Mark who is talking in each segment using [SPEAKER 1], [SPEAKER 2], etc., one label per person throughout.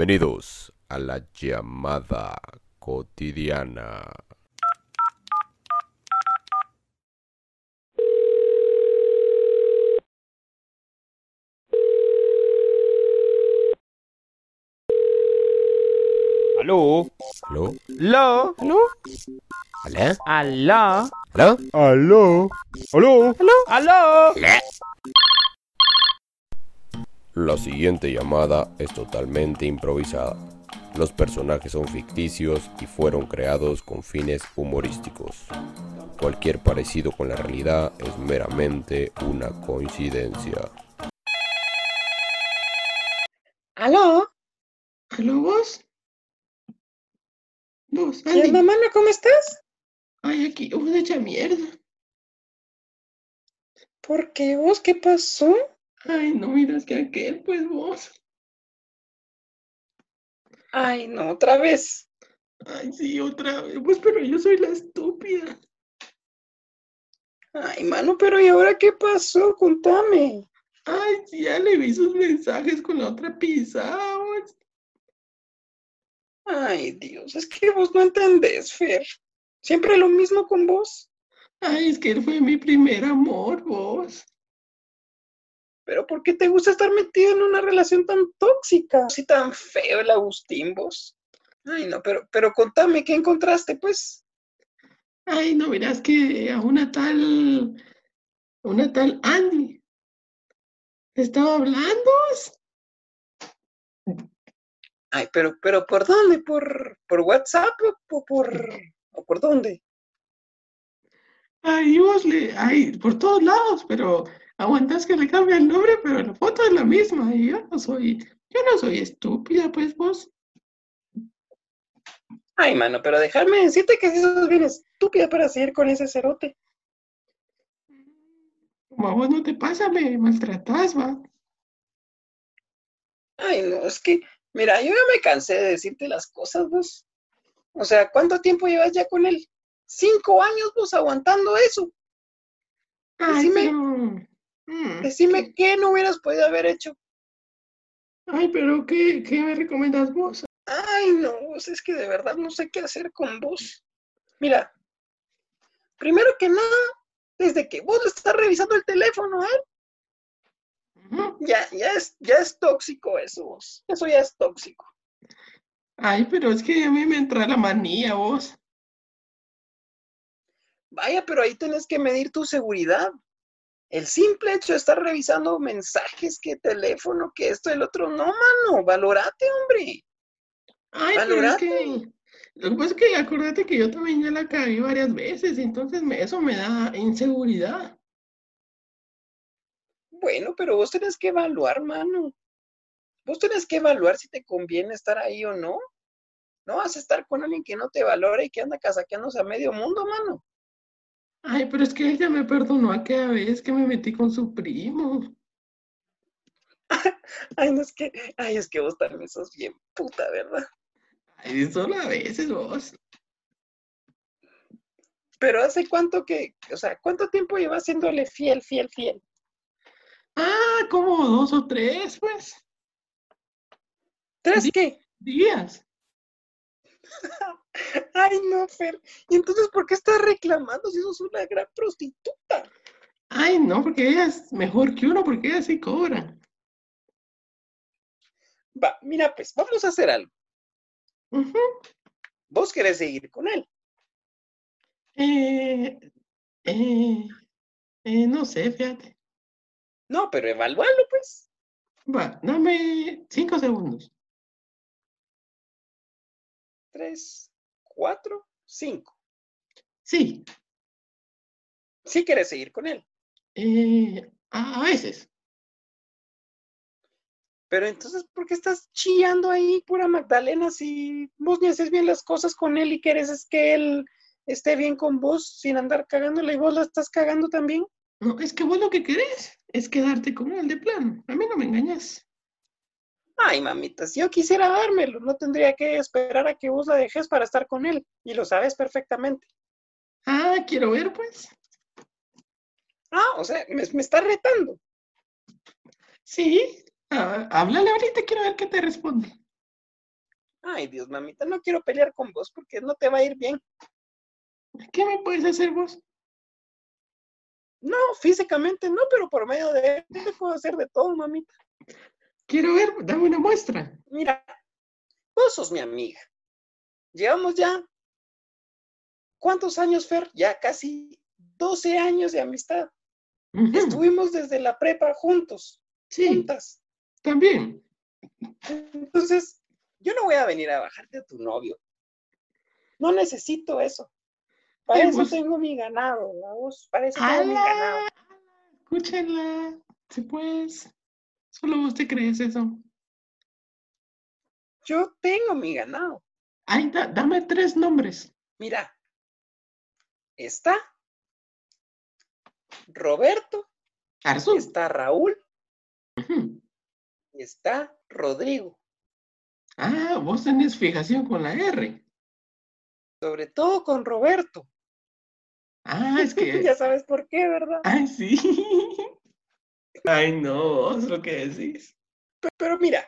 [SPEAKER 1] Bienvenidos a la llamada cotidiana.
[SPEAKER 2] Aló.
[SPEAKER 1] ¿Aló?
[SPEAKER 2] Aló. Aló.
[SPEAKER 1] ¿Aló?
[SPEAKER 2] Aló.
[SPEAKER 1] ¿Aló?
[SPEAKER 2] Aló. Aló. Aló.
[SPEAKER 1] La siguiente llamada es totalmente improvisada. Los personajes son ficticios y fueron creados con fines humorísticos. Cualquier parecido con la realidad es meramente una coincidencia.
[SPEAKER 3] ¿Aló?
[SPEAKER 4] ¿Aló vos? Vos,
[SPEAKER 3] ¿Qué
[SPEAKER 4] Andy.
[SPEAKER 3] onda, mana? ¿Cómo estás?
[SPEAKER 4] Ay, aquí, una hecha mierda.
[SPEAKER 3] ¿Por qué vos? ¿Qué pasó?
[SPEAKER 4] Ay, no miras que aquel, pues vos.
[SPEAKER 3] Ay, no, otra vez.
[SPEAKER 4] Ay, sí, otra vez. Pues, pero yo soy la estúpida.
[SPEAKER 3] Ay, mano, pero ¿y ahora qué pasó? Contame.
[SPEAKER 4] Ay, sí, ya le vi sus mensajes con la otra pisada, vos.
[SPEAKER 3] Ay, Dios, es que vos no entendés, Fer. Siempre lo mismo con vos.
[SPEAKER 4] Ay, es que él fue mi primer amor, vos.
[SPEAKER 3] Pero ¿por qué te gusta estar metido en una relación tan tóxica? Sí, tan feo el Agustín, vos. Ay, no, pero, pero contame, ¿qué encontraste, pues?
[SPEAKER 4] Ay, no miras que a una tal, a una tal Andy. ¿Te estaba hablando?
[SPEAKER 3] Ay, pero, pero ¿por dónde? ¿Por, por WhatsApp o por, o por dónde?
[SPEAKER 4] Ay, vos le, ay, por todos lados, pero aguantás que le cambie el nombre, pero la foto es la misma. Y yo no soy, yo no soy estúpida, pues vos.
[SPEAKER 3] Ay, mano, pero déjame decirte que si sos bien estúpida para seguir con ese cerote.
[SPEAKER 4] Como a vos no te pasa, me maltratás, va.
[SPEAKER 3] Ay, no, es que, mira, yo ya me cansé de decirte las cosas, vos. O sea, ¿cuánto tiempo llevas ya con él? Cinco años, vos, aguantando eso.
[SPEAKER 4] Ay,
[SPEAKER 3] Decime-
[SPEAKER 4] Pues pero, mm,
[SPEAKER 3] Decime qué no hubieras podido haber hecho.
[SPEAKER 4] Ay, pero ¿qué, qué me recomendás vos?
[SPEAKER 3] Ay, no, vos, es que de verdad no sé qué hacer con vos. Mira, primero que nada, desde que vos le estás revisando el teléfono a él,
[SPEAKER 4] Ujú.
[SPEAKER 3] ya, ya es, ya es tóxico eso, vos. Eso ya es tóxico.
[SPEAKER 4] Ay, pero es que a mí me entra la manía, vos.
[SPEAKER 3] Vaya, pero ahí tenés que medir tu seguridad. El simple hecho de estar revisando mensajes, que teléfono, que esto, el otro, no, mano, valorate, hombre.
[SPEAKER 4] Ay, pero es
[SPEAKER 3] Valorate.
[SPEAKER 4] que, lo que pasa es que acuérdate que yo también ya la cagué varias veces, entonces me- eso me da inseguridad.
[SPEAKER 3] Bueno, pero vos tenés que evaluar, mano. Vos tenés que evaluar si te conviene estar ahí o no. No vas a estar con alguien que no te valora y que anda casaqueándose a medio mundo, mano.
[SPEAKER 4] Ay, pero es que ella me perdonó aquella vez que me metí con su primo.
[SPEAKER 3] Ay, no es que, ay, es que vos también sos bien puta, ¿verdad?
[SPEAKER 4] Ay, solo a veces vos.
[SPEAKER 3] Pero hace cuánto que, o sea, ¿cuánto tiempo llevas siéndole fiel, fiel, fiel?
[SPEAKER 4] Ah, como dos o tres, pues,
[SPEAKER 3] ¿Tres
[SPEAKER 4] Di-
[SPEAKER 3] qué?
[SPEAKER 4] días.
[SPEAKER 3] Ay, no, Fer. ¿Y entonces por qué estás reclamando si sos una gran prostituta?
[SPEAKER 4] Ay, no, porque ella es mejor que uno, porque ella sí cobra.
[SPEAKER 3] Va, mira, pues vamos a hacer algo.
[SPEAKER 4] Ujú.
[SPEAKER 3] Vos querés seguir con él.
[SPEAKER 4] Eh, eh, eh, no sé, fíjate.
[SPEAKER 3] No, pero evalúalo, pues.
[SPEAKER 4] Va, dame cinco segundos.
[SPEAKER 3] Tres, cuatro, cinco.
[SPEAKER 4] Sí,
[SPEAKER 3] Sí querés seguir con él.
[SPEAKER 4] eh, a, a veces.
[SPEAKER 3] Pero entonces, ¿por qué estás chillando ahí, pura Magdalena, si vos ni haces bien las cosas con él y querés es que él esté bien con vos sin andar cagándole y vos la estás cagando también?
[SPEAKER 4] No, es que vos lo que querés es quedarte con él de plano. A mí no me engañas.
[SPEAKER 3] Ay, mamita, si yo quisiera dármelo, no tendría que esperar a que vos la dejes para estar con él. Y lo sabes perfectamente.
[SPEAKER 4] Ah, quiero ver, pues.
[SPEAKER 3] Ah, o sea, me, me está retando.
[SPEAKER 4] Sí, ah, háblale ahorita, quiero ver qué te responde.
[SPEAKER 3] Ay, Dios, mamita, no quiero pelear con vos porque no te va a ir bien.
[SPEAKER 4] ¿Qué me puedes hacer vos?
[SPEAKER 3] No, físicamente no, pero por medio de él te puedo hacer de todo, mamita.
[SPEAKER 4] Quiero ver, dame una muestra.
[SPEAKER 3] Mira, vos sos mi amiga. Llevamos ya, ¿cuántos años, Fer? Ya casi 12 años de amistad.
[SPEAKER 4] Ujú,
[SPEAKER 3] Estuvimos desde la prepa juntos,
[SPEAKER 4] Sí,
[SPEAKER 3] juntas.
[SPEAKER 4] también.
[SPEAKER 3] Entonces, yo no voy a venir a bajarte a tu novio. No necesito eso. Para
[SPEAKER 4] Ay,
[SPEAKER 3] eso
[SPEAKER 4] vos-
[SPEAKER 3] tengo mi ganado, la voz. Para eso tengo mi ganado.
[SPEAKER 4] pues ¡Hala! Escúchenla. Sí, pues. Solo vos te crees eso.
[SPEAKER 3] Yo tengo mi ganado.
[SPEAKER 4] Ay, da- dame tres nombres.
[SPEAKER 3] Mira, está Roberto,
[SPEAKER 4] Arzú.
[SPEAKER 3] está Raúl
[SPEAKER 4] Ujú.
[SPEAKER 3] y está Rodrigo.
[SPEAKER 4] Ah, vos tenés fijación con la R.
[SPEAKER 3] Sobre todo con Roberto.
[SPEAKER 4] Ah, es que.
[SPEAKER 3] Ya sabes por qué, ¿verdad?
[SPEAKER 4] Ay, sí. Ay, no, vos lo que decís.
[SPEAKER 3] Pe- Pero mira,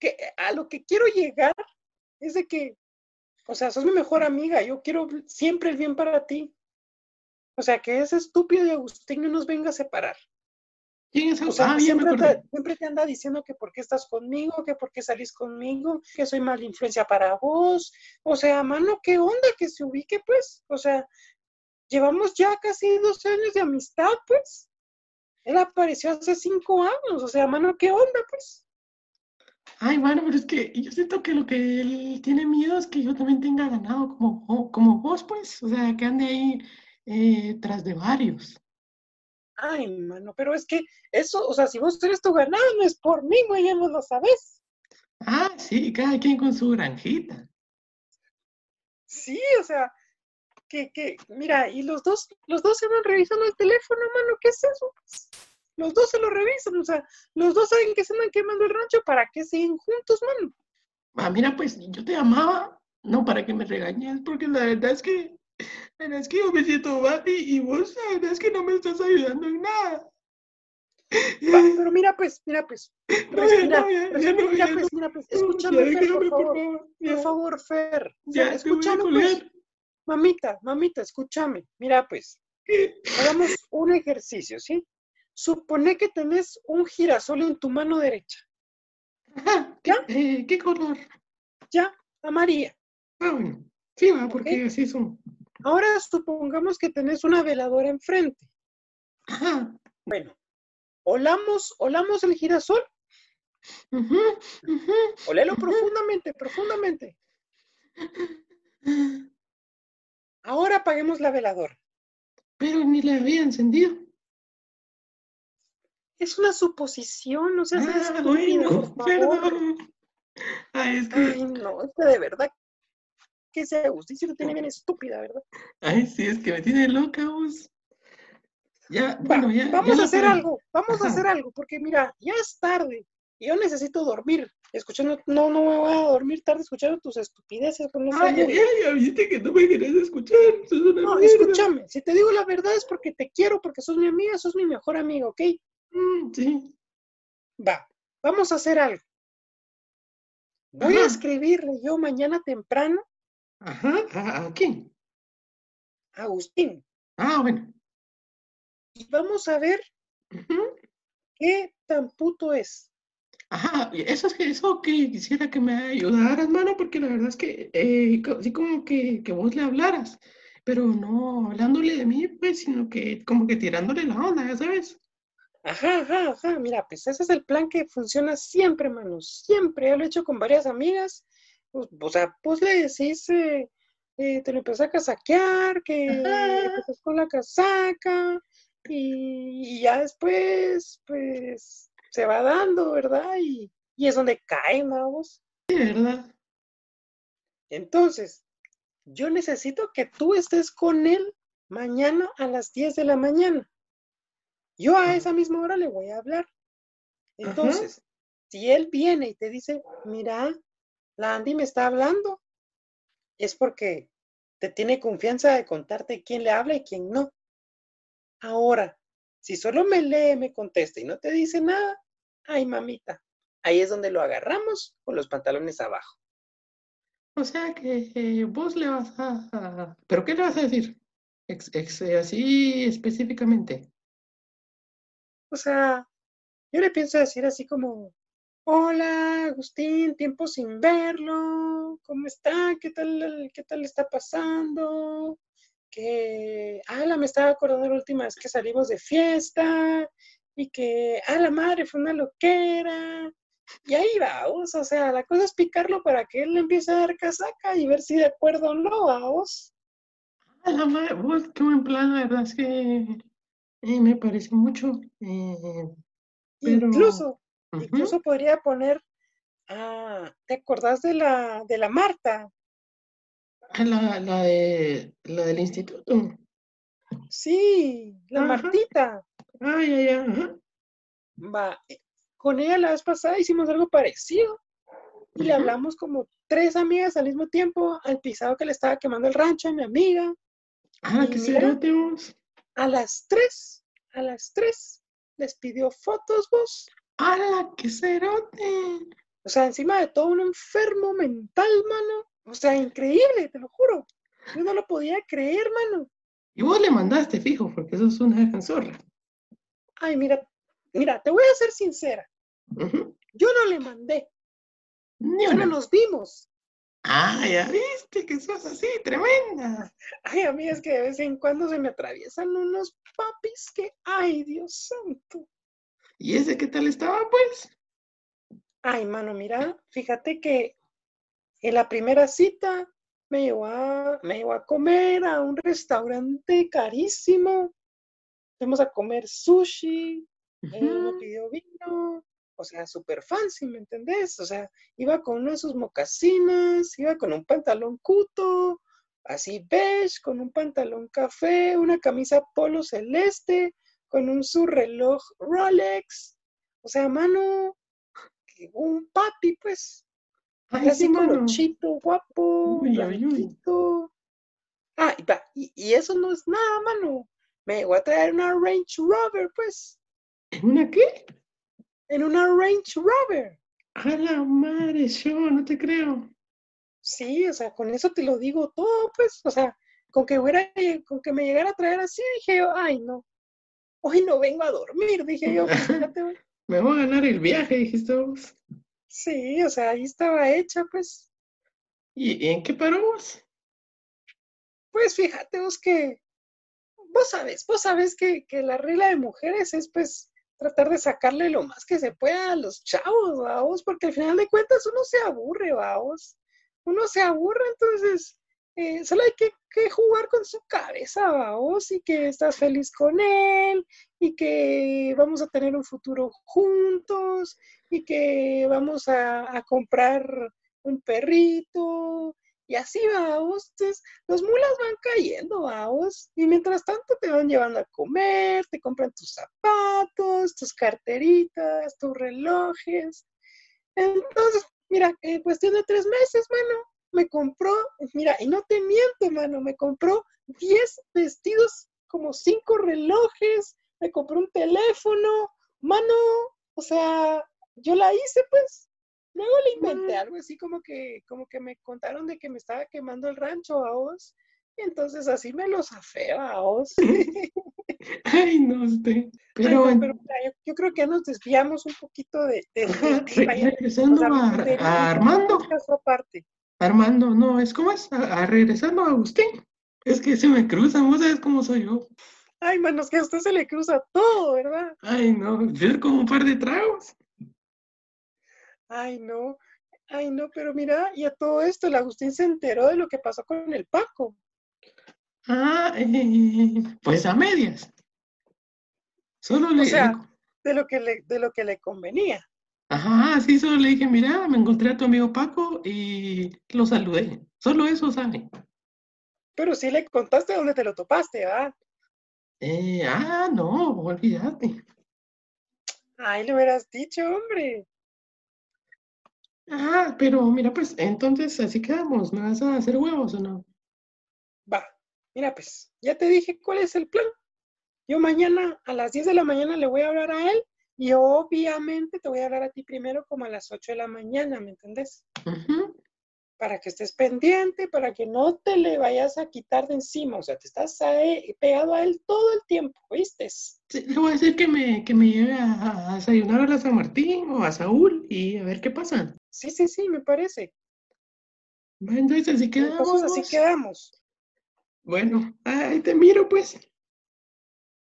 [SPEAKER 3] que eh, a lo que quiero llegar es de que, o sea, sos mi mejor amiga, yo quiero siempre el bien para ti. O sea, que ese estúpido de Agustín no nos venga a separar.
[SPEAKER 4] ¿Quién es
[SPEAKER 3] O
[SPEAKER 4] Arzú?
[SPEAKER 3] sea,
[SPEAKER 4] Ah,
[SPEAKER 3] que
[SPEAKER 4] ya me
[SPEAKER 3] siempre,
[SPEAKER 4] acordé.
[SPEAKER 3] anda- siempre te anda diciendo que por qué estás conmigo, que por qué salís conmigo, que soy mala influencia para vos. O sea, mano, qué onda que se ubique, pues. O sea, llevamos ya casi dos años de amistad, pues. Él apareció hace cinco años. O sea, mano, qué onda, pues.
[SPEAKER 4] Ay, bueno, pero es que yo siento que lo que él tiene miedo es que yo también tenga ganado como, vo- como vos, pues. O sea, que ande ahí eh, tras de varios.
[SPEAKER 3] Ay, mano, pero es que eso, o sea, si vos eres tu ganado, no es por mí, güey, ya no lo sabes.
[SPEAKER 4] Ah, sí, cada quien con su granjita.
[SPEAKER 3] Sí, o sea, que, que, mira, y los dos, los dos se van revisando el teléfono, mano, ¿qué es eso? Los dos se lo revisan, o sea, los dos saben que se andan quemando el rancho, ¿para qué siguen juntos, mano?
[SPEAKER 4] Ah, mira, pues yo te amaba, no para que me regañes, porque la verdad es que, la verdad es que yo me siento mal y, y vos la verdad es que no me estás ayudando en nada.
[SPEAKER 3] Va, pero mira, pues, mira, pues,
[SPEAKER 4] No,
[SPEAKER 3] respira,
[SPEAKER 4] ya, ya, ya
[SPEAKER 3] respira,
[SPEAKER 4] no, ya
[SPEAKER 3] pues,
[SPEAKER 4] no.
[SPEAKER 3] mira, pues,
[SPEAKER 4] Ya,
[SPEAKER 3] escúchame, Fer, por
[SPEAKER 4] déjame, por
[SPEAKER 3] favor,
[SPEAKER 4] favor,
[SPEAKER 3] por
[SPEAKER 4] ya,
[SPEAKER 3] favor, Fer,
[SPEAKER 4] ya, te voy a
[SPEAKER 3] escúchame, pues,
[SPEAKER 4] colgar.
[SPEAKER 3] mamita, mamita, escúchame, mira, pues, Hagamos un ejercicio, ¿sí? Supone que tenés un girasol en tu mano derecha,
[SPEAKER 4] Ajá, ¿qué,
[SPEAKER 3] ¿Ya?
[SPEAKER 4] eh, ¿qué color?
[SPEAKER 3] ya, amarilla.
[SPEAKER 4] Ah, bueno, sí, va, porque
[SPEAKER 3] Ok.
[SPEAKER 4] así son.
[SPEAKER 3] Ahora supongamos que tenés una veladora enfrente.
[SPEAKER 4] Ajá,
[SPEAKER 3] Bueno, olamos, olamos el girasol,
[SPEAKER 4] ujú, ujú.
[SPEAKER 3] olelo profundamente, profundamente. Ahora apaguemos la veladora.
[SPEAKER 4] Pero ni la había encendido.
[SPEAKER 3] Es una suposición, no seas
[SPEAKER 4] Ah,
[SPEAKER 3] estúpido,
[SPEAKER 4] bueno,
[SPEAKER 3] por favor.
[SPEAKER 4] perdón. Ay, es que
[SPEAKER 3] Ay, no, es que de verdad que ese Agustín se lo tiene bien estúpida, ¿verdad?
[SPEAKER 4] Ay, sí, es que me tiene loca vos. Ya,
[SPEAKER 3] Va,
[SPEAKER 4] bueno, ya.
[SPEAKER 3] vamos
[SPEAKER 4] ya
[SPEAKER 3] a
[SPEAKER 4] la
[SPEAKER 3] hacer
[SPEAKER 4] paré.
[SPEAKER 3] algo, vamos
[SPEAKER 4] Ajá.
[SPEAKER 3] a hacer algo, porque mira, ya es tarde y yo necesito dormir. Escuchando, no, no me voy a dormir tarde escuchando tus estupideces. pues, Con
[SPEAKER 4] Ay, Ah, ya, ya, ya viste que no me querés escuchar. Sos una
[SPEAKER 3] no,
[SPEAKER 4] mierda.
[SPEAKER 3] escúchame, si te digo la verdad es porque te quiero, porque sos mi amiga, sos mi mejor amiga, ¿ok?
[SPEAKER 4] Mm, sí.
[SPEAKER 3] Va, vamos a hacer algo. Voy a
[SPEAKER 4] Ajá.
[SPEAKER 3] escribirle yo mañana temprano
[SPEAKER 4] Ajá. ¿A, a quién?
[SPEAKER 3] a Agustín
[SPEAKER 4] Ah, bueno.
[SPEAKER 3] y vamos a ver
[SPEAKER 4] Ujú.
[SPEAKER 3] qué tan puto es.
[SPEAKER 4] Ajá, y eso es que eso que quisiera que me ayudaras, mano, porque la verdad es que eh, co- sí como que, que vos le hablaras, pero no hablándole de mí, pues, sino que como que tirándole la onda, ya sabes.
[SPEAKER 3] Ajá, ajá, ajá. Mira, pues ese es el plan que funciona siempre, mano. Siempre. Yo lo he hecho con varias amigas. Pues, o sea, pues le decís, eh, eh, te lo empezás a casaquear, que
[SPEAKER 4] Ajá.
[SPEAKER 3] empezás con la casaca y, y ya después, pues, se va dando, ¿verdad? Y, y es donde caen, vamos.
[SPEAKER 4] Sí, ¿verdad?
[SPEAKER 3] Entonces, yo necesito que tú estés con él mañana a las 10 de la mañana. Yo a esa misma hora le voy a hablar.
[SPEAKER 4] Ajá.
[SPEAKER 3] Entonces, si él viene y te dice, mira, la Andy me está hablando, es porque te tiene confianza de contarte quién le habla y quién no. Ahora, si solo me lee, me contesta y no te dice nada, ay mamita, Ahí es donde lo agarramos con los pantalones abajo.
[SPEAKER 4] O sea que eh, vos le vas a... a- ¿Pero qué le vas a decir? Ex- ex- eh, así específicamente.
[SPEAKER 3] O sea, yo le pienso decir así como, hola Agustín, tiempo sin verlo, ¿cómo está? ¿Qué tal, el- qué tal está pasando? Que, ala, me estaba acordando la última vez que salimos de fiesta y que, a la madre, fue una loquera. Y ahí vamos, o sea, la cosa es picarlo para que él le empiece a dar casaca y ver si de acuerdo o no, vamos.
[SPEAKER 4] A la madre, vos, qué buen plan, la verdad es que eh, me parece mucho. eh, Pero-
[SPEAKER 3] Incluso,
[SPEAKER 4] ujú.
[SPEAKER 3] Incluso podría poner, ah, ¿te acordás de la, de la Marta?
[SPEAKER 4] Ah, la, la de, la del instituto.
[SPEAKER 3] Sí, la
[SPEAKER 4] Ajá.
[SPEAKER 3] Martita.
[SPEAKER 4] Ay, ay, ay. ajá.
[SPEAKER 3] Va, eh, con ella la vez pasada hicimos algo parecido y le
[SPEAKER 4] Ujú.
[SPEAKER 3] hablamos como tres amigas al mismo tiempo al pisado que le estaba quemando el rancho a mi amiga.
[SPEAKER 4] Ah,
[SPEAKER 3] Y
[SPEAKER 4] qué
[SPEAKER 3] mira.
[SPEAKER 4] cerote vos.
[SPEAKER 3] A las tres, a las tres, les pidió fotos vos.
[SPEAKER 4] ¡Hala, qué cerote!
[SPEAKER 3] O sea, encima de todo un enfermo mental, mano. O sea, increíble, te lo juro. Yo no lo podía creer, mano.
[SPEAKER 4] Y vos le mandaste, fijo, porque eso es una gran zorra.
[SPEAKER 3] Ay, mira, mira, te voy a ser sincera.
[SPEAKER 4] Ujú.
[SPEAKER 3] Yo no le mandé,
[SPEAKER 4] Ni
[SPEAKER 3] ya no
[SPEAKER 4] una.
[SPEAKER 3] nos vimos.
[SPEAKER 4] Ah, ya viste que sos así, tremenda.
[SPEAKER 3] Ay, a mí es que de vez en cuando se me atraviesan unos papis que, ay, Dios santo.
[SPEAKER 4] ¿Y ese qué tal estaba, pues?
[SPEAKER 3] Ay, mano, mira, fíjate que en la primera cita me llevó a, me llevó a comer a un restaurante carísimo. Fuimos a comer sushi, Eh, me
[SPEAKER 4] Ujú.
[SPEAKER 3] pidió vino, o sea, súper fancy, ¿me entendés? O sea, iba con uno de sus mocasinas, iba con un pantalón cuto, así beige, con un pantalón café, una camisa polo celeste, con un su reloj Rolex. O sea, mano, que un papi, pues,
[SPEAKER 4] Ay,
[SPEAKER 3] así
[SPEAKER 4] sí, mano.
[SPEAKER 3] colochito, guapo,
[SPEAKER 4] Uy, uy, uy.
[SPEAKER 3] blanquito. Ah, y, va, y- y eso no es nada, mano. Me llegó a traer una Range Rover, pues
[SPEAKER 4] ¿En una qué?
[SPEAKER 3] en una Range Rover.
[SPEAKER 4] A la madre, yo no te creo.
[SPEAKER 3] Sí, o sea, con eso te lo digo todo, pues, o sea, con que hubiera, con que me llegara a traer así, dije yo, ay, no, hoy no vengo a dormir, dije yo, pues, fíjate, güey.
[SPEAKER 4] Me voy a ganar el viaje, dijiste vos.
[SPEAKER 3] sí, o sea, ahí estaba hecha, pues,
[SPEAKER 4] ¿Y y en qué paró vos?
[SPEAKER 3] pues, fíjate vos que, vos sabes, vos sabes que, que la regla de mujeres es, pues, tratar de sacarle lo más que se pueda a los chavos, vamos, porque al final de cuentas uno se aburre, vamos, uno se aburre, entonces, eh, solo hay que, que jugar con su cabeza, vamos, y que estás feliz con él, y que vamos a tener un futuro juntos, y que vamos a, a comprar un perrito, y así, vamos, entonces, los mulas van cayendo, vamos, y mientras tanto te van llevando a comer, te compran tus zapatos, tus carteritas, tus relojes. Entonces, mira, en cuestión de tres meses, mano, me compró, mira, y no te miento, mano, me compró 10 vestidos, como cinco relojes, me compró un teléfono, mano, o sea, yo la hice, pues. Luego le inventé
[SPEAKER 4] Mm.
[SPEAKER 3] algo así como que, como que me contaron de que me estaba quemando el rancho a vos. Y entonces así me los afea a vos.
[SPEAKER 4] Ay, no sé.
[SPEAKER 3] Ay,
[SPEAKER 4] Pero,
[SPEAKER 3] no, pero mira, yo, yo creo que ya nos desviamos un poquito de, de-
[SPEAKER 4] ajá,
[SPEAKER 3] del tema,
[SPEAKER 4] re-
[SPEAKER 3] ya- o
[SPEAKER 4] regresando
[SPEAKER 3] sea,
[SPEAKER 4] a,
[SPEAKER 3] de-
[SPEAKER 4] a Armando.
[SPEAKER 3] podcast aparte.
[SPEAKER 4] Armando, no, es como es, a, a- regresando a Agustín. Es que se me cruzan, vos sabes cómo soy yo.
[SPEAKER 3] Ay, manos, que a usted se le cruza todo, ¿verdad?
[SPEAKER 4] Ay, no, yo como un par de tragos.
[SPEAKER 3] Ay, no. Ay, no, pero mira, y a todo esto, el Agustín se enteró de lo que pasó con el Paco.
[SPEAKER 4] Ah, eh, pues a medias. Solo le, le
[SPEAKER 3] sea,
[SPEAKER 4] co-
[SPEAKER 3] de lo que le, de lo que le convenía.
[SPEAKER 4] ajá, sí, solo le dije, mira, me encontré a tu amigo Paco y lo saludé. Solo eso sabe.
[SPEAKER 3] Pero sí le contaste dónde te lo topaste, ¿verdad?
[SPEAKER 4] Eh, ah, no, olvídate.
[SPEAKER 3] Ay, le hubieras dicho, hombre.
[SPEAKER 4] Ah, pero mira, pues entonces así quedamos. ¿Me vas a hacer huevos o no?
[SPEAKER 3] Va, mira pues, ya te dije cuál es el plan. Yo mañana a las 10 de la mañana le voy a hablar a él Y obviamente te voy a hablar a ti primero como a las 8 de la mañana, ¿me entendés?
[SPEAKER 4] Ujú.
[SPEAKER 3] Para que estés pendiente, para que no te le vayas a quitar de encima. O sea, te estás a él- pegado a él todo el tiempo, ¿viste?
[SPEAKER 4] Sí, le voy a decir que me, que me lleve a, a desayunar a la San Martín o a Saúl y a ver qué pasa.
[SPEAKER 3] Sí, sí, sí, me parece.
[SPEAKER 4] Bueno, Entonces así quedamos.
[SPEAKER 3] Entonces así
[SPEAKER 4] vos.
[SPEAKER 3] quedamos.
[SPEAKER 4] Bueno, ahí te miro pues.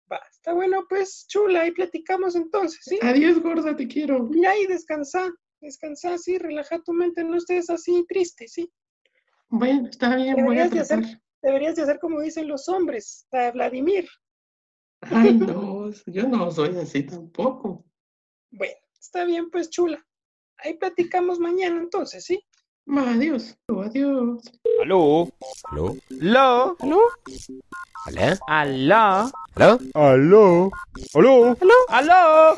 [SPEAKER 3] Va, está bueno, pues chula, ahí platicamos entonces, ¿sí?
[SPEAKER 4] Adiós, gorda, te quiero.
[SPEAKER 3] Y ahí descansa, descansa, sí, relaja tu mente, no estés así triste, ¿sí?
[SPEAKER 4] Bueno, está bien, voy a
[SPEAKER 3] Deberías de hacer-
[SPEAKER 4] tratar.
[SPEAKER 3] Deberías de hacer como dicen los hombres, la Vladimir.
[SPEAKER 4] Ay, no, yo no soy así tampoco.
[SPEAKER 3] Bueno, está bien, pues chula. Ahí platicamos mañana entonces, ¿sí?
[SPEAKER 4] Ma, adiós, adiós.
[SPEAKER 2] Aló.
[SPEAKER 1] ¿Aló?
[SPEAKER 2] Aló.
[SPEAKER 1] ¿Hola?
[SPEAKER 2] Aló.
[SPEAKER 1] ¿Aló?
[SPEAKER 2] Aló. Aló. Aló.